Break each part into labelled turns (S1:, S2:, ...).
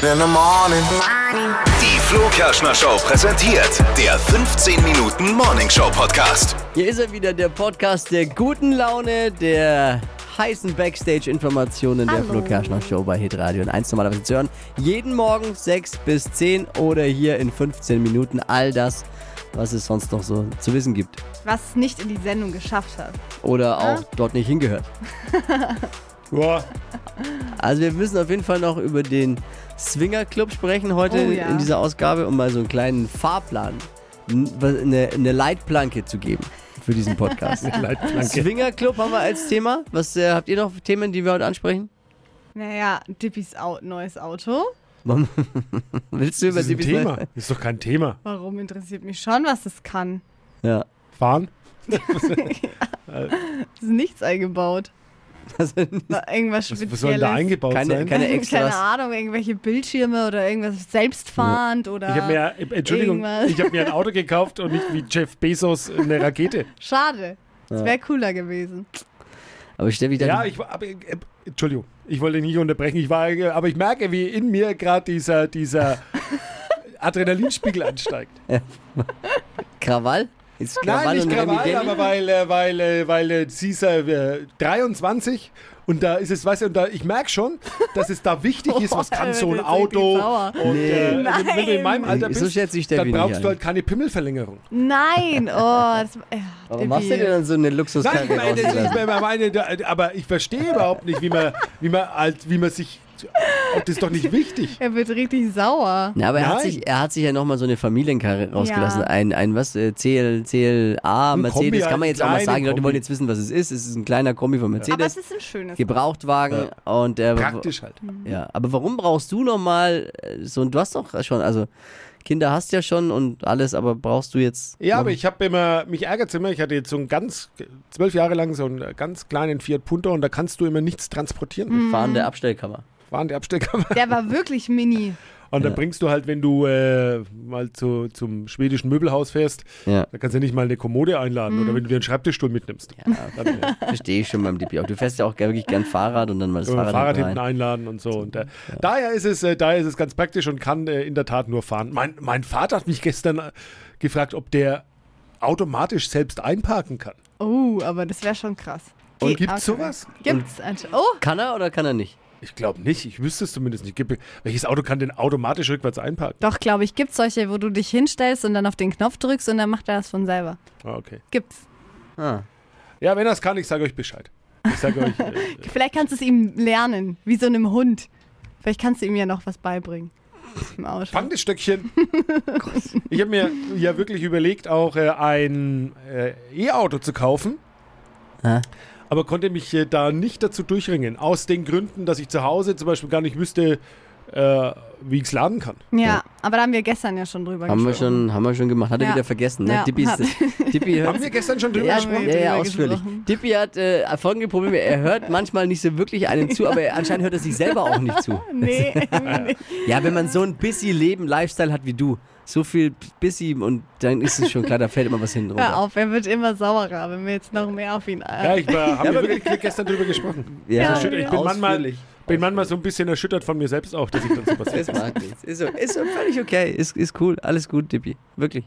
S1: in the morning.
S2: Die Flo Kerschner Show präsentiert der 15 Minuten Morning Show Podcast.
S3: Hier ist er wieder, der Podcast der guten Laune, der heißen Backstage-Informationen der Flo Kerschner Show bei Hitradio und 1 normalerweise zu hören. Jeden Morgen 6 bis 10 oder hier in 15 Minuten all das, was es sonst noch so zu wissen gibt.
S4: was es nicht in die Sendung geschafft hat.
S3: Oder auch dort nicht hingehört. Also wir müssen auf jeden Fall noch über den Swinger Club sprechen heute
S4: Oh ja.
S3: in dieser Ausgabe, um mal so einen kleinen Fahrplan, n- was- eine, eine Leitplanke zu geben für diesen Podcast. Swinger Club haben wir als Thema. Was äh, habt ihr noch für Themen, die wir heute ansprechen?
S4: Naja, Dippys Au neues Auto.
S3: Warum- Willst du über
S5: Das ist ein
S3: Dippis
S5: Thema.
S3: Neu-
S5: Das ist doch kein Thema.
S4: Warum interessiert mich schon, was das kann?
S3: Ja.
S5: Fahren?
S4: Es ist nichts eingebaut.
S3: Also,
S4: War irgendwas
S5: Was,
S4: Spezielles.
S5: was soll denn da eingebaut
S3: keine,
S5: sein?
S3: keine
S4: Keine
S3: Extras.
S4: Ahnung, irgendwelche Bildschirme oder irgendwas selbstfahrend oder.
S5: ich habe mir, ja- Entschuldigung,
S4: irgendwas.
S5: ich habe mir ein Auto gekauft und nicht wie Jeff Bezos eine Rakete.
S4: Schade. Das wäre cooler gewesen.
S3: Aber Steffi, dann,
S5: Ja, ich war, aber, äh, Entschuldigung, ich wollte dich nicht unterbrechen. Ich war, äh, aber ich merke, wie in mir gerade dieser, dieser Adrenalinspiegel ansteigt.
S3: Krawall? Ist
S5: Nein,
S3: Krawall
S5: nicht
S3: und Remi
S5: Krawall,
S3: Demi?
S5: aber weil, äh, weil, äh, weil äh, sie ist äh, 23 und da ist es, weißt du, und da, ich merke schon, dass es da wichtig ist,
S4: Oh,
S5: was kann so ein
S4: Jetzt bin ich
S5: Auto.
S4: sauer.
S5: Und äh,
S4: Nein.
S5: wenn du in meinem Alter
S3: So
S5: bist,
S3: schätze ich Steffi
S5: dann
S3: nicht
S5: brauchst
S3: ein.
S5: du halt keine Pimmelverlängerung.
S4: Nein, oh, das, ja,
S3: Warum machst du
S4: Dippi.
S3: dir dann so eine
S5: Nein,
S3: Luxuskarre
S5: ich meine, ich
S3: rausgelassen?
S5: meine, meine, da- äh, aber ich verstehe überhaupt nicht, wie man, wie man, halt, wie man sich. Das ist doch nicht wichtig.
S4: Er wird richtig sauer.
S3: Na, aber er hat,
S5: Nein.
S3: sich, er hat sich ja nochmal so eine Familienkarre rausgelassen.
S4: Ja.
S3: Ein, ein was? Äh, CL, CLA, Mercedes.
S5: Kombi,
S3: kann man
S5: ein
S3: jetzt auch mal
S5: kleiner
S3: sagen. Die Leute
S5: Kombi.
S3: wollen jetzt wissen, was es ist. Es ist ein kleiner Kombi von
S4: Aber es
S3: Mercedes.
S4: ist ein schönes.
S3: Gebrauchtwagen. Und, äh,
S5: Praktisch halt.
S3: Ja, aber warum brauchst du nochmal so ein, du hast doch schon, also Kinder hast ja schon und alles, aber brauchst du jetzt.
S5: Ja,
S3: noch-
S5: aber ich habe immer, mich ärgert immer, ich hatte jetzt so einen ganz, zwölf Jahre lang so einen ganz kleinen Fiat Punto und da kannst du immer nichts transportieren.
S3: Fahrende Abstellkammer.
S5: Waren die Abstellkammer.
S4: Der war wirklich mini.
S5: Und dann bringst du halt, wenn du äh, mal zu, zum schwedischen Möbelhaus fährst,
S3: Ja.
S5: da kannst du ja nicht mal eine Kommode einladen oder wenn du dir einen Schreibtischstuhl mitnimmst. Dann, äh,
S3: Verstehe ich schon beim DP auch. Du fährst ja auch gern- wirklich gern Fahrrad und dann mal das
S5: Wenn wir
S3: Fahrrad,
S5: ein Fahrrad
S3: hinten
S5: hinten
S3: rein.
S5: einladen und so. Und, äh, daher, ist es, äh, daher ist es ganz praktisch und kann äh, in der Tat nur fahren. Mein, mein Vater hat mich gestern äh, gefragt, ob der automatisch selbst einparken kann.
S4: Oh, aber das wäre schon krass.
S5: Und
S4: Geht
S5: gibt
S4: auch
S5: es sowas?
S4: Gibt's anscheinend. Oh,
S3: Kann er oder kann er nicht?
S5: Ich glaube nicht. Ich wüsste es zumindest nicht. Gibt, welches Auto kann denn automatisch rückwärts einparken?
S4: doch, glaube ich, gibt's solche, wo du dich hinstellst und dann auf den Knopf drückst und dann macht er das von selber.
S5: Ah, okay.
S4: Gibt's.
S3: Ah.
S5: Ja, wenn er es kann, ich sage euch Bescheid. Ich sage euch. Äh,
S4: Vielleicht kannst du es ihm lernen, wie so einem Hund. Vielleicht kannst du ihm ja noch was beibringen. Im Auto.
S5: Fang das Stöckchen. ich habe mir ja wirklich überlegt, auch äh, ein äh, E-Auto zu kaufen.
S3: Ja.
S5: Aber konnte mich äh, da nicht dazu durchringen. Aus den Gründen, dass ich zu Hause zum Beispiel gar nicht wüsste, äh, wie ich es laden kann.
S4: Ja, aber da haben wir gestern ja schon drüber
S3: Haben wir
S4: gesprochen.
S3: schon, haben wir schon gemacht. Hat er
S4: Ja.
S3: wieder vergessen, ne?
S4: Ja.
S3: Dippi ist. Dippi hört
S5: Haben wir gestern schon drüber
S3: Ja,
S5: gesprochen?
S3: ja, ja,
S4: drüber
S3: ausführlich.
S4: gesprochen.
S3: Dippi hat äh, folgende Probleme. Er hört manchmal nicht so wirklich einem zu, aber er, anscheinend hört er sich selber auch nicht zu.
S4: Nee, irgendwie nicht.
S3: Ja, wenn man so ein busy Leben, Lifestyle hat wie du, so viel busy und dann ist es schon klar, da fällt immer was hinten
S4: Hör
S3: runter.
S4: auf, er wird immer saurer, wenn wir jetzt noch mehr auf ihn
S5: Ja,
S4: äh,
S5: ich war, haben wir wirklich gestern drüber gesprochen.
S4: Ja,
S5: Ich bin manchmal,
S3: Ausführlich.
S5: bin manchmal so ein bisschen erschüttert von mir selbst auch, dass ich dann sowas
S3: Das mag nichts. Ist, so, ist so völlig okay. Ist, ist cool. Alles gut, Dippi. Wirklich.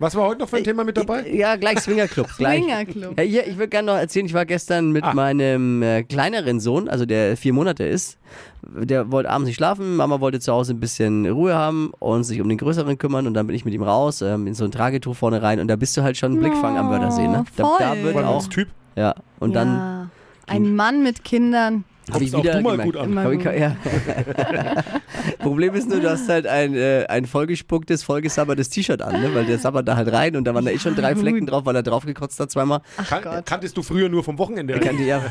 S5: Was war heute noch für ein Thema mit dabei?
S3: Ja, gleich Swingerclub. gleich.
S4: Swingerclub.
S3: Ja, hier, ich würde gerne noch erzählen, ich war gestern mit
S5: Ah.
S3: meinem äh, kleineren Sohn, also der vier Monate ist. Der wollte abends nicht schlafen, Mama wollte zu Hause ein bisschen Ruhe haben und sich um den Größeren kümmern und dann bin ich mit ihm raus, ähm, in so ein Tragetuch vorne rein und da bist du halt schon ein Blickfang am
S4: Oh,
S3: Wörthersee. Ne? Da, da
S4: voll.
S3: wird
S4: Vor allem
S3: auch,
S5: als Typ
S3: ja, und dann
S4: Ja. Ein Mann mit Kindern.
S3: habe ich
S5: kommst auch
S3: wieder
S5: du mal
S3: gemerkt,
S5: gut an.
S4: Immer
S3: Hab ich,
S4: gut.
S3: ja. Problem ist nur, du hast halt ein, äh, ein vollgespucktes, vollgesabbertes T-Shirt an, ne? weil der sabbert da halt rein und da waren da eh schon drei Flecken drauf, weil er draufgekotzt hat zweimal.
S5: Kan
S4: Gott.
S5: kanntest du früher nur vom Wochenende. Äh,
S3: Kann die ja.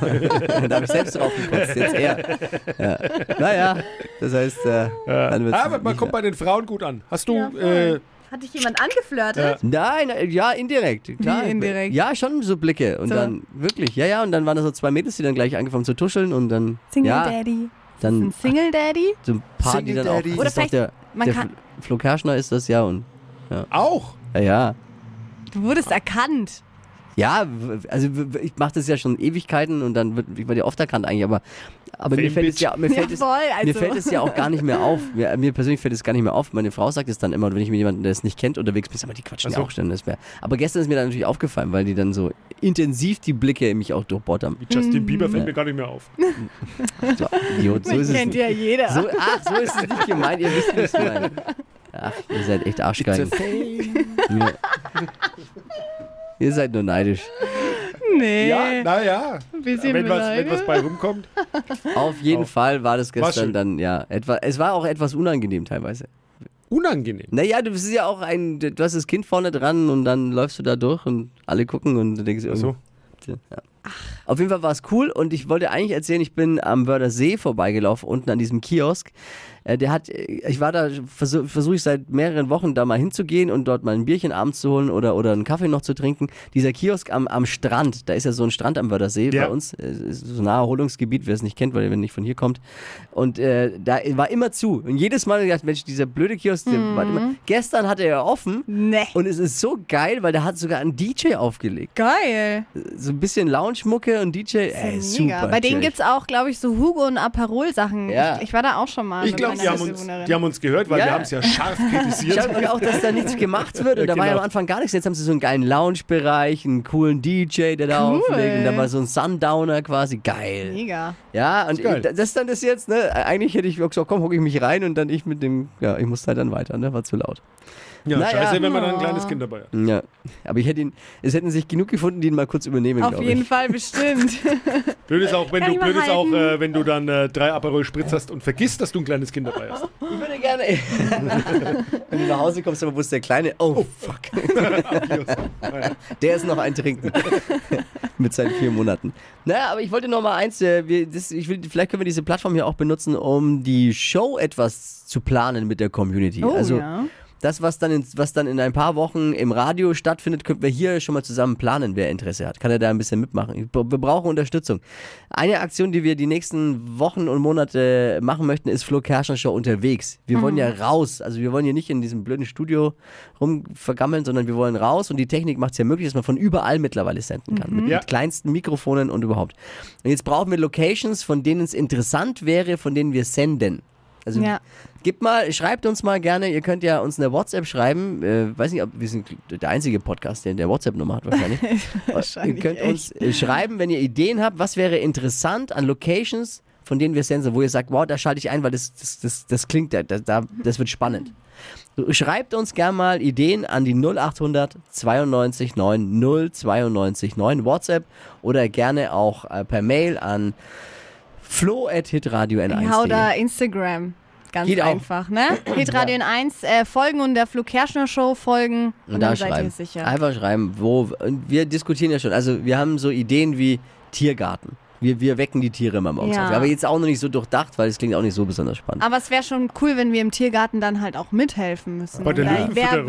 S3: da habe ich selbst draufgekotzt, jetzt eher. Ja. Naja, das heißt, äh, dann wird's
S5: Ah, aber man
S3: nicht
S5: kommt
S3: mehr.
S5: bei den Frauen gut an. Hast du,
S4: Ja, voll.
S5: äh,
S4: Hat dich jemand angeflirtet?
S3: Nein, äh, ja, indirekt. Klar.
S4: indirekt?
S3: Ja, schon so Blicke. Und
S4: So.
S3: dann, wirklich, ja, ja. Und dann waren da so zwei Mädels, die dann gleich angefangen zu tuscheln und dann.
S4: Single
S3: ja,
S4: Daddy. Ist ein
S3: Dann
S4: Single Daddy?
S3: so ein paar, die
S5: Single
S3: dann auch.
S5: Daddy.
S3: das
S4: Oder
S3: ist doch
S4: vielleicht-
S3: der,
S4: man
S3: der
S4: kann-
S3: Fl- Flo Kerschner ist das ja und.
S5: auch?
S3: Ja, ja.
S4: Du wurdest erkannt.
S3: Ja, w- also w- w- ich mache das ja schon Ewigkeiten und dann wird ich werde ja oft erkannt eigentlich, aber, aber mir
S5: Fame
S3: fällt es
S5: Bitch.
S3: ja mir fällt, es,
S4: voll,
S3: mir
S4: also.
S3: fällt es ja auch gar nicht mehr auf. Mir, mir persönlich fällt es gar nicht mehr auf. Meine Frau sagt es dann immer, und wenn ich mit jemandem, der es nicht kennt, unterwegs bin, aber die quatschen
S5: Ach
S3: ja
S5: so.
S3: auch ständig. Das wär- Aber gestern ist mir dann natürlich aufgefallen, weil die dann so intensiv die Blicke in mich auch durchbohrt haben.
S5: Justin Bieber
S4: Mhm.
S5: fällt mir gar nicht mehr auf.
S3: So, Idiot, so ist
S4: Mich
S3: es.
S4: kennt
S3: nicht.
S4: ja jeder.
S3: So, ach, so ist es nicht gemeint. Ihr wisst, wie ich es meine. Ach, ihr seid echt Arschgeigen. Ja. Ihr seid nur neidisch.
S4: nee.
S5: Ja, naja.
S4: ein bisschen
S5: Wenn was,
S4: beleidigt.
S5: wenn was bei rumkommt.
S3: Auf jeden
S5: Auf.
S3: Fall war das
S5: War
S3: gestern
S5: schön.
S3: dann, ja, etwa, es war auch etwas unangenehm teilweise.
S5: Unangenehm.
S3: Naja, du bist ja auch ein, du hast das Kind vorne dran und dann läufst du da durch und alle gucken und du denkst,
S5: so.
S3: Ja. Auf jeden Fall war es cool und ich wollte eigentlich erzählen, ich bin am Wörder See vorbeigelaufen, unten an diesem Kiosk. Äh, Der hat, äh, ich war da, versuche versuch ich seit mehreren Wochen da mal hinzugehen und dort mal ein Bierchen abends zu holen oder, oder einen Kaffee noch zu trinken. Dieser Kiosk am, am Strand, da ist ja so ein Strand am Wörder See
S5: Ja.
S3: bei uns, äh, ist so ein Naherholungsgebiet, wer es nicht kennt, weil ihr nicht von hier kommt. Und äh, da war immer zu. Und jedes Mal hab ich gedacht, Mensch, dieser blöde Kiosk, der war immer. Gestern hatte er offen.
S4: nee.
S3: Und es ist so geil, weil da hat sogar ein DJ aufgelegt
S4: Geil.
S3: so ein bisschen Lounge-Mucke und DJ. Ey,
S4: Ist ja
S3: super.
S4: Äh, mega. Bei denen
S3: natürlich.
S4: gibt es auch, glaube ich, so Hugo und Aperol-Sachen.
S3: Ja.
S4: Ich, ich war da auch schon mal.
S5: Ich
S4: mit meiner
S5: glaube, die, haben uns-
S4: Mitbewohnerin.
S5: die haben uns gehört, weil
S3: Ja.
S5: wir haben es ja scharf kritisiert.
S3: Schaut und auch, dass da nichts gemacht wird. Und
S5: Ja,
S3: da war ja
S5: genau.
S3: am Anfang gar nichts. Jetzt haben sie so einen geilen Lounge-Bereich, einen coolen DJ, der da
S4: Cool.
S3: auflegt. Und da war so ein Sundowner quasi. Geil.
S4: Mega.
S3: Ja, und
S5: Ist geil.
S3: das ist dann das jetzt, ne? Eigentlich hätte ich gesagt, komm, hocke ich mich rein und dann ich mit dem, ja, ich musste halt dann weiter, ne? War zu laut.
S5: ja,
S3: Naja.
S5: scheiße, wenn man dann ein kleines Kind dabei hat.
S3: Ja. Aber ich hätte ihn, es hätten sich genug gefunden, die ihn mal kurz übernehmen,
S4: Auf
S3: glaube
S4: jeden
S3: ich.
S4: Fall, bestimmt.
S5: Blöd ist auch, wenn
S4: Kann
S5: du,
S4: ich mal
S5: blöd ist auch
S4: halten?
S5: äh, wenn du dann äh, drei Aperol Spritz hast und vergisst, dass du ein kleines Kind dabei hast.
S3: Ich würde gerne. Wenn du nach Hause kommst, aber wo ist der Kleine? oh fuck. Der ist noch ein Trinken. Mit seinen vier Monaten. Naja, aber ich wollte noch mal eins, äh, wir, das, ich will, vielleicht können wir diese Plattform hier auch benutzen, um die Show etwas zu planen mit der Community.
S4: Oh,
S3: also
S4: ja.
S3: das, was dann, in, was dann in ein paar Wochen im Radio stattfindet, könnten wir hier schon mal zusammen planen, wer Interesse hat. Kann er da ein bisschen mitmachen. Ich- Wir brauchen Unterstützung. Eine Aktion, die wir die nächsten Wochen und Monate machen möchten, ist Flo Kerschner Show unterwegs. Wir wollen ja raus. Also wir wollen hier nicht in diesem blöden Studio rumvergammeln, sondern wir wollen raus und die Technik macht es ja möglich, dass man von überall mittlerweile senden kann. Mit,
S5: Ja.
S3: mit kleinsten Mikrofonen und überhaupt. Und jetzt brauchen wir Locations, von denen es interessant wäre, von denen wir senden. Also
S4: Ja.
S3: Gebt mal, schreibt uns mal gerne, ihr könnt ja uns eine WhatsApp schreiben. Äh, weiß nicht, ob wir sind der einzige Podcast, der eine WhatsApp-Nummer hat wahrscheinlich.
S4: Wahrscheinlich
S3: ihr könnt uns
S4: echt.
S3: äh, schreiben, wenn ihr Ideen habt, was wäre interessant an Locations, von denen wir sensen, wo ihr sagt, wow, da schalte ich ein, weil das, das, das, das klingt, da, da- da, das wird spannend. So, Schreibt uns gerne mal Ideen an die 0800 92 9 092 9 WhatsApp oder gerne auch äh, per Mail an flo.hitradio n1.de.
S4: Ja, oder Instagram. Ganz
S3: Geht auch.
S4: einfach, ne? Hitradio in 1 äh, folgen und der Flo Kerschner Show folgen. Und,
S3: Und da
S4: dann seid
S3: schreiben.
S4: ihr sicher.
S3: Einfach schreiben, wo. Und wir diskutieren ja schon. Also, wir haben so Ideen wie Tiergarten. Wir, wir wecken die Tiere immer morgens
S4: Ja.
S3: auf. Aber jetzt auch noch nicht so durchdacht, weil es klingt auch nicht so besonders spannend.
S4: Aber es wäre schon cool, wenn wir im Tiergarten dann halt auch mithelfen müssen.
S5: Bei der
S4: Vielleicht. wer,
S5: Löwenfütterung.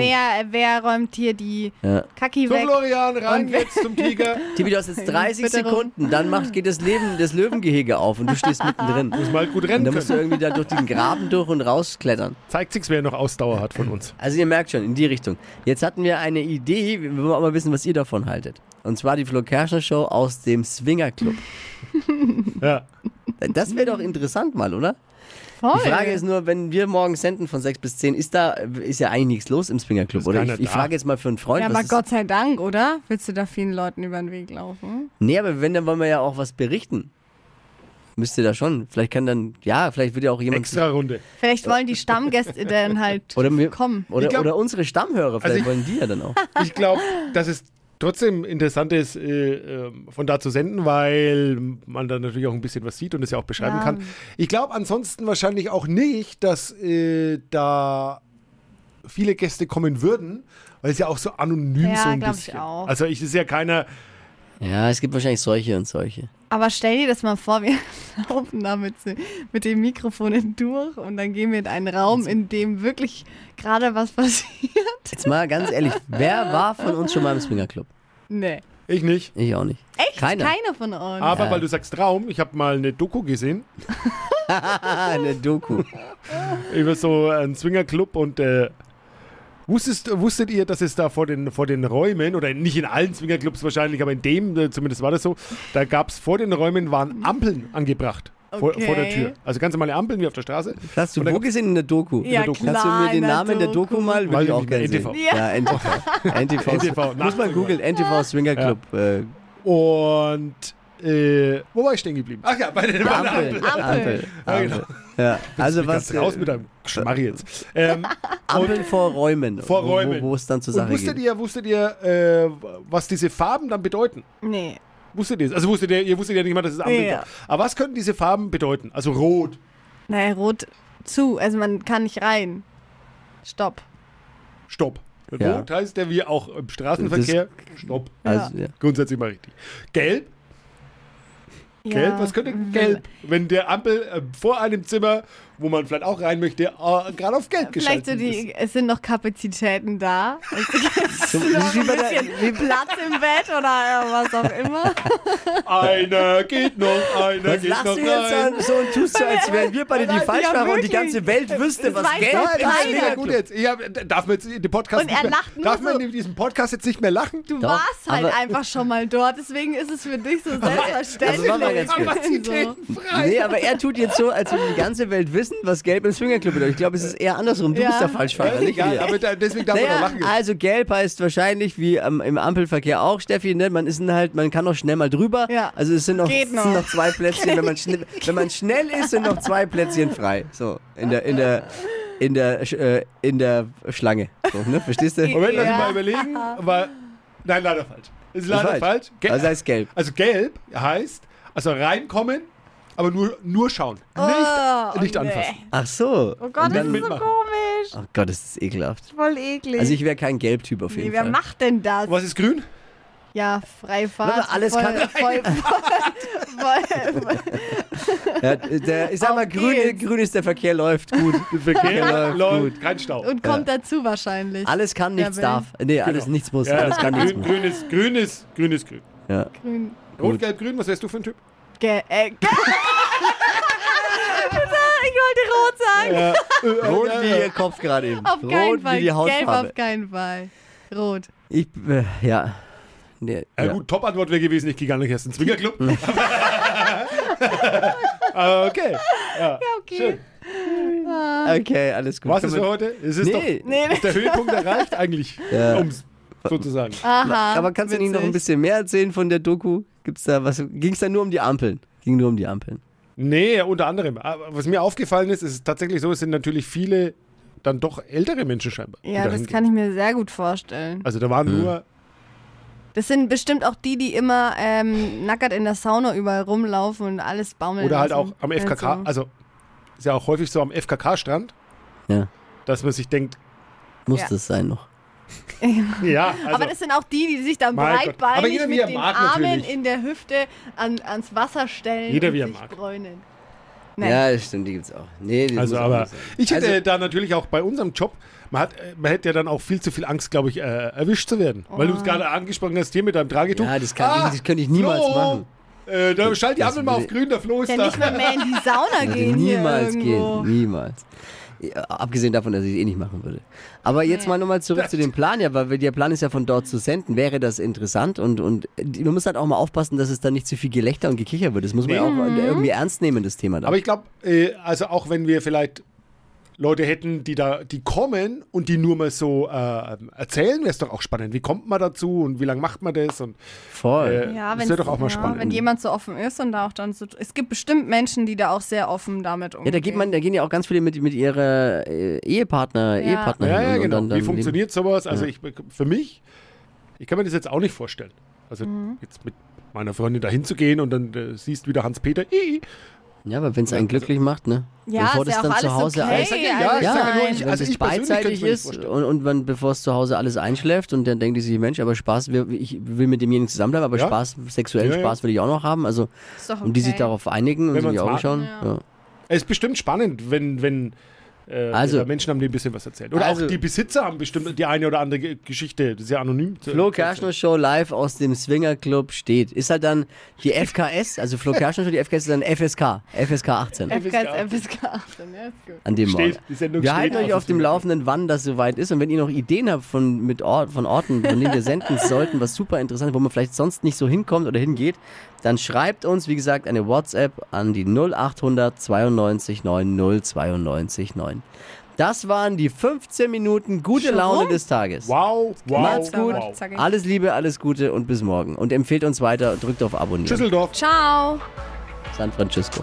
S4: wer, wer räumt hier die
S3: Ja.
S4: Kacki
S5: So,
S4: weg?
S5: Florian, rein
S4: Und-
S5: jetzt zum Tiger.
S3: Tibi, du hast jetzt 30
S4: Bitte.
S3: Sekunden, dann macht, geht das Leben, das Löwengehege auf und du stehst mittendrin.
S5: Muss mal gut
S3: Und
S5: rennen
S3: dann musst du
S5: können.
S3: irgendwie da durch den Graben durch und rausklettern.
S5: Zeigt sich's, wer noch Ausdauer hat von uns.
S3: Also ihr merkt schon, in die Richtung. Jetzt hatten wir eine Idee, wir wollen auch mal wissen, was ihr davon haltet. Und zwar die Flo Kerschner Show aus dem Swinger Club.
S5: Ja.
S3: Das wäre doch interessant mal, oder?
S4: Voll.
S3: Die Frage ist nur, wenn wir morgen senden von 6 bis 10, ist da ist ja eigentlich nichts los im Swingerclub,
S5: Ist
S3: oder?
S5: keiner
S3: Ich, ich
S5: da.
S3: frage jetzt mal für einen Freund.
S4: ja,
S3: was
S4: aber
S3: ist-
S4: Gott sei Dank, oder? Willst du da vielen Leuten über den Weg laufen?
S3: Nee, aber wenn, dann wollen wir ja auch was berichten. Müsste da schon. Vielleicht kann dann, ja, vielleicht wird ja auch jemand.
S5: Extra Runde.
S4: Vielleicht wollen die Stammgäste dann halt
S3: Oder wir-
S4: kommen.
S3: Oder,
S5: Ich glaub- Also
S3: oder unsere Stammhörer, vielleicht
S5: ich-
S3: wollen die ja dann auch.
S5: Ich glaube, dass es trotzdem interessant ist, äh, ähm, von da zu senden, weil man dann natürlich auch ein bisschen was sieht und es ja auch beschreiben
S4: Ja.
S5: kann. Ich glaube ansonsten wahrscheinlich auch nicht, dass äh, da viele Gäste kommen würden, weil es ja auch so anonym
S4: Ja,
S5: so ein
S4: glaub ich
S5: bisschen.
S4: auch.
S5: Also ich ist ja keiner.
S3: Ja, es gibt wahrscheinlich solche und solche.
S4: Aber stell dir das mal vor, wir laufen da mit, mit den Mikrofonen durch und dann gehen wir in einen Raum, in dem wirklich gerade was passiert.
S3: Jetzt mal ganz ehrlich, wer war von uns schon mal im Swingerclub?
S4: Nee.
S5: Ich nicht.
S3: Ich auch nicht. Echt? Keiner.
S4: Keiner von uns.
S5: Aber
S3: Ja.
S5: weil du sagst Traum, ich habe mal eine Doku gesehen
S3: Ah, eine Doku.
S5: über so einen Swingerclub und äh, Wusstest, wusstet ihr, dass es da vor den, vor den Räumen, oder nicht in allen Swingerclubs wahrscheinlich, aber in dem, äh, zumindest war das so, da gab es vor den Räumen waren Ampeln angebracht. Vor, vor der
S4: Okay.
S5: Tür. Also ganz normale Ampeln wie auf der Straße.
S3: Hast du
S5: Und da
S3: wo gesehen in der Doku?
S4: Ja,
S3: Doku.
S4: klar,
S3: Hast du mir den
S4: in der
S3: Namen der Doku
S4: Doku.
S3: mal? Will
S5: Weiß
S3: ich
S5: ich
S3: auch
S5: nicht,
S3: gerne sehen.
S5: NTV.
S3: Ja, NTV. NTV.
S5: NTV,
S3: Muss man
S5: Nachtswingerclub.
S3: googeln. NTV Swinger Club. Äh,
S5: Und äh, wo war ich stehen geblieben? Ach ja, bei den bei der
S3: Ampel.
S4: Ampel.
S3: Ampel.
S5: Ja, genau.
S3: Ampel. Ja, also
S5: Ich
S3: was.
S5: was raus mit
S3: äh,
S5: einem Schmarr jetzt. Ähm,
S3: Ampeln vor Räumen.
S5: Vor
S3: wo- wo-
S5: Räumen.
S3: Wo es dann zur
S5: und
S3: Sache
S5: wusstet
S3: geht.
S5: ihr, wusstet ihr, äh, was diese Farben dann bedeuten?
S4: Nee.
S5: Wusstet ihr es? Also wusstet ihr, ihr wusstet ja nicht mal, dass es Ampeln
S4: Ja.
S5: gab. Aber was könnten diese Farben bedeuten? Also rot.
S4: Naja, rot zu. Also man kann nicht rein. Stopp.
S5: Stopp.
S3: Ja.
S5: Rot heißt ja wie auch im Straßenverkehr. Stopp.
S3: Also, ja.
S5: Grundsätzlich mal richtig. Gelb? Gelb? Was könnte
S4: Will-
S5: gelb? Wenn der Ampel äh, vor einem Zimmer, wo man vielleicht auch rein möchte, äh, gerade auf gelb
S4: Vielleicht
S5: geschaltet
S4: so
S5: ist.
S4: die, es sind noch Kapazitäten da.
S3: So, das ist wie bei der-
S4: Bisschen Platz im Bett oder äh, was auch immer.
S5: Einer geht noch, einer
S3: Was
S5: geht noch
S3: lachst du jetzt
S5: rein.
S3: an, so und tust du, als wären wir beide die
S4: Ja,
S3: Falschmacher und die
S4: wirklich.
S3: ganze Welt wüsste,
S4: Es
S3: was
S4: weiß
S3: Geld
S4: doch
S5: Nein,
S3: ist.
S5: das ist
S4: Leider.
S5: mega gut jetzt. Ich hab, darf man jetzt den Podcast
S4: Und
S5: nicht
S4: er
S5: mehr,
S4: lacht nur
S5: Darf man
S4: so.
S5: in diesem Podcast jetzt nicht mehr lachen?
S4: Du
S3: Doch,
S4: warst halt
S3: aber-
S4: einfach schon mal dort, deswegen ist es für dich so
S3: also
S4: selbstverständlich.
S3: machen wir jetzt kurz.
S4: So.
S5: Kapazitäten frei.
S3: Nee, aber er tut jetzt so, als würde die ganze Welt wissen, was Gelb im Swingerclub bedeutet. Ich glaube, es ist eher andersrum. Du
S4: Ja.
S3: bist der
S5: Ja,
S3: Falschfahrer, nicht
S5: egal,
S3: wir.
S5: aber da, deswegen darf man
S3: Naja,
S5: doch lachen. jetzt.
S3: also gelb heißt wahrscheinlich wie am- im Ampelverkehr auch, Steffi, ne? man ist halt, man kann noch schnell mal drüber.
S4: Ja.
S3: Also es sind noch,
S4: Geht
S3: es sind
S4: noch.
S3: noch zwei Plätzchen, wenn man schnell, wenn man schnell ist, sind noch zwei Plätzchen frei. So in der in der in der Sch- äh, in der Schlange. So, ne? Verstehst du?
S5: Moment, lass mich
S4: Ja.
S5: mal überlegen. Aber, nein, leider falsch. Ist
S3: Das
S5: leider
S3: ist
S5: falsch. Ge-
S3: Also heißt gelb.
S5: also gelb heißt, also reinkommen, aber nur, nur schauen. Nicht,
S4: Oh,
S5: nicht
S4: nee.
S5: anfassen.
S3: Ach so.
S4: Oh Gott,
S3: Und
S4: das
S3: dann,
S4: ist so
S5: mitmachen.
S4: komisch.
S3: oh Gott, das ist ekelhaft.
S4: Voll eklig.
S3: Also ich wäre kein Gelbtyp auf jeden
S4: nee, wer
S3: Fall.
S4: macht denn das?
S5: Und was ist grün?
S4: Ja, Freifahrt.
S3: Leute, alles
S4: voll,
S3: kann rein.
S4: voll, voll, voll, voll.
S3: ja, der, ich sag
S4: Auf
S3: mal, grün,
S4: geht's.
S3: grün ist der Verkehr läuft gut. Der Verkehr läuft genau. gut.
S5: kein Stau.
S4: Und kommt dazu wahrscheinlich.
S3: Alles kann,
S4: Ja,
S3: nichts
S4: Bill.
S3: darf. Nee, alles
S5: Genau.
S3: nichts muss.
S5: Ja,
S3: Alles kann, nichts
S5: grün,
S3: muss.
S5: grün ist grün ist grün ist grün.
S3: Ja.
S4: Grün.
S5: Rot, gelb, grün, was wärst du für ein Typ?
S4: Ge äh, ge ich wollte rot sagen.
S5: Ja, äh, äh,
S3: Rot
S5: ja,
S3: wie
S5: ja.
S3: ihr Kopf gerade eben.
S4: Auf keinen
S3: Rot
S4: Fall.
S3: wie die
S4: Gelb
S3: Hautfarbe.
S4: auf keinen Fall. Rot.
S3: Ich, äh, ja. Nee,
S5: Ja,
S3: ja. Mhm.
S5: gut, Top-Antwort wäre gewesen, ich gehe gar nicht erst in den Zwingerclub. Aber okay. Ja,
S4: okay.
S5: Schön.
S3: Okay, alles gut.
S5: Was
S3: Können
S5: ist
S3: wir-
S5: für heute? Es ist
S3: Nee,
S5: doch ist der Höhepunkt erreicht eigentlich,
S3: Ja.
S5: um's sozusagen.
S4: Aha.
S3: aber kannst du nicht noch ein
S4: witzig.
S3: bisschen mehr erzählen von der Doku? Gibt's da was? Ging es da nur um die Ampeln? Ging nur um die Ampeln.
S5: Nee, unter anderem. Aber was mir aufgefallen ist, ist tatsächlich so, es sind natürlich viele dann doch ältere Menschen scheinbar.
S4: Ja, das kann ich mir sehr gut vorstellen.
S5: Also da waren
S3: Hm.
S5: nur,
S4: Das sind bestimmt auch die, die immer ähm, nackert in der Sauna überall rumlaufen und alles baumeln.
S5: oder halt auch
S4: lassen.
S5: am FKK, also ist ja auch häufig so am FKK-Strand,
S3: Ja.
S5: dass man sich denkt,
S3: Muss
S4: Ja.
S3: das sein noch.
S5: ja, also,
S4: aber das sind auch die, die sich dann
S5: Mein Gott. Aber
S4: breitbeinig
S5: jeder, wie
S4: mit
S5: er
S4: den
S5: mag,
S4: Armen
S5: natürlich.
S4: in der Hüfte an, ans Wasser stellen
S5: Jeder,
S4: und
S5: wie er
S4: sich
S5: mag.
S4: bräunen. Nein.
S3: Ja, das stimmt, die gibt's auch. Nee, die
S5: also
S3: muss auch
S5: aber
S3: nicht sein.
S5: ich hätte
S3: Also-
S5: da natürlich auch bei unserem Job, man, hat, äh, man hätte ja dann auch viel zu viel Angst, glaube ich, äh, erwischt zu werden. Weil du
S4: Oh.
S5: es gerade angesprochen hast, hier mit deinem Tragetuch. Ah,
S3: Ja, das kann ich- das könnte ich niemals
S5: Flo!
S3: machen.
S5: Äh, da schalt die
S3: das
S5: Ampel mal auf
S3: würde-
S5: grün, der Flo ist
S4: Ja,
S5: da.
S4: nicht mal mehr in die Sauna
S3: Würde
S4: gehen hier
S3: niemals
S4: irgendwo.
S3: gehen. Niemals. Ja, abgesehen davon, dass ich es eh nicht machen würde. Aber jetzt mal nochmal zurück zu dem Plan, ja, weil wir- der Plan ist ja von dort zu senden. Wäre das interessant und, und die- man muss halt auch mal aufpassen, dass es da nicht zu viel Gelächter und Gekicher wird. Das muss man ja auch äh, irgendwie ernst nehmen, das Thema da.
S5: Aber ich glaube, äh, also auch wenn wir vielleicht Leute hätten, die da, die kommen und die nur mal so äh, erzählen, wäre es doch auch spannend. Wie kommt man dazu und wie lange macht man das? Und
S3: Voll.
S5: äh, das wäre doch auch mal spannend.
S4: wenn jemand so offen ist und da auch dann so. Es gibt bestimmt Menschen, die da auch sehr offen damit umgehen.
S3: Ja, da, geht man, da gehen ja auch ganz viele mit, mit ihrer äh, Ehepartner,
S4: Ja.
S3: Ehepartner
S5: ja,
S3: hin.
S5: ja,
S3: Ähm, und
S5: genau.
S3: dann, dann
S5: wie funktioniert sowas? Also ich, für mich, ich kann mir das jetzt auch nicht vorstellen. Also jetzt mit meiner Freundin da hinzugehen und dann äh, siehst wieder Hans-Peter. ih,
S3: Ja, aber wenn es
S5: Also
S3: einen glücklich macht, ne?
S4: Ja,
S3: bevor das
S4: ist ja auch
S3: dann zu
S4: alles
S3: Hause
S4: okay.
S3: alles
S5: Ich sag ja, ja, ich
S3: Ja,
S5: sag ja nur,
S4: nein.
S5: ich,
S3: Wenn
S5: also
S3: es
S5: ich persönlich könnte
S3: beidseitig
S5: es mir nicht
S3: ist
S5: vorstellen.
S3: und, und wenn, bevor es zu Hause alles einschläft und dann denkt die sich, Mensch, aber Spaß, wir- ich will mit demjenigen zusammenbleiben, aber
S5: Ja.
S3: Spaß, sexuellen
S5: Ja, ja.
S3: Spaß will ich auch noch haben. Also,
S4: Ist doch okay.
S3: und die sich darauf einigen und
S5: Wenn
S3: sich in die
S5: man's
S3: Augen
S5: mag.
S3: schauen.
S4: Ja.
S3: Ja.
S5: Es ist bestimmt spannend, wenn, wenn Äh,
S3: Also-
S5: also, Menschen haben dir ein bisschen was erzählt. Oder
S3: Also-
S5: auch die Besitzer haben bestimmt die eine oder andere Ge- Geschichte, das ist ja anonym. zu-
S3: Flo
S5: zu erzählen.
S3: Kerschner Show live aus dem Swinger Club steht. Ist halt dann die FKS, also Flo Kerschner Show, die FKS ist dann FSK, FSK 18.
S4: FKS, FSK 18, ja, ist gut.
S3: An dem
S5: Steht,
S3: Morgen.
S5: die Sendung
S3: Wir
S5: steht
S3: halten euch
S5: aus
S3: auf dem
S5: dem-
S3: Laufenden, wann das soweit ist. Und wenn ihr noch Ideen habt von, mit Or von Orten, von denen wir senden sollten, was super interessant ist, wo man vielleicht sonst nicht so hinkommt oder hingeht, dann schreibt uns, wie gesagt, eine WhatsApp an die 0800 92 90 92 9. Das waren die 15 Minuten gute
S4: Schon
S3: Laune
S4: rum?
S3: des Tages.
S5: Wow, wow,
S3: Macht's gut.
S5: wow.
S4: Sag ich.
S3: Alles Liebe, alles Gute und bis morgen. Und empfehlt uns weiter, drückt auf Abonnieren.
S5: Schüsseldorf.
S4: Ciao.
S3: San Francisco.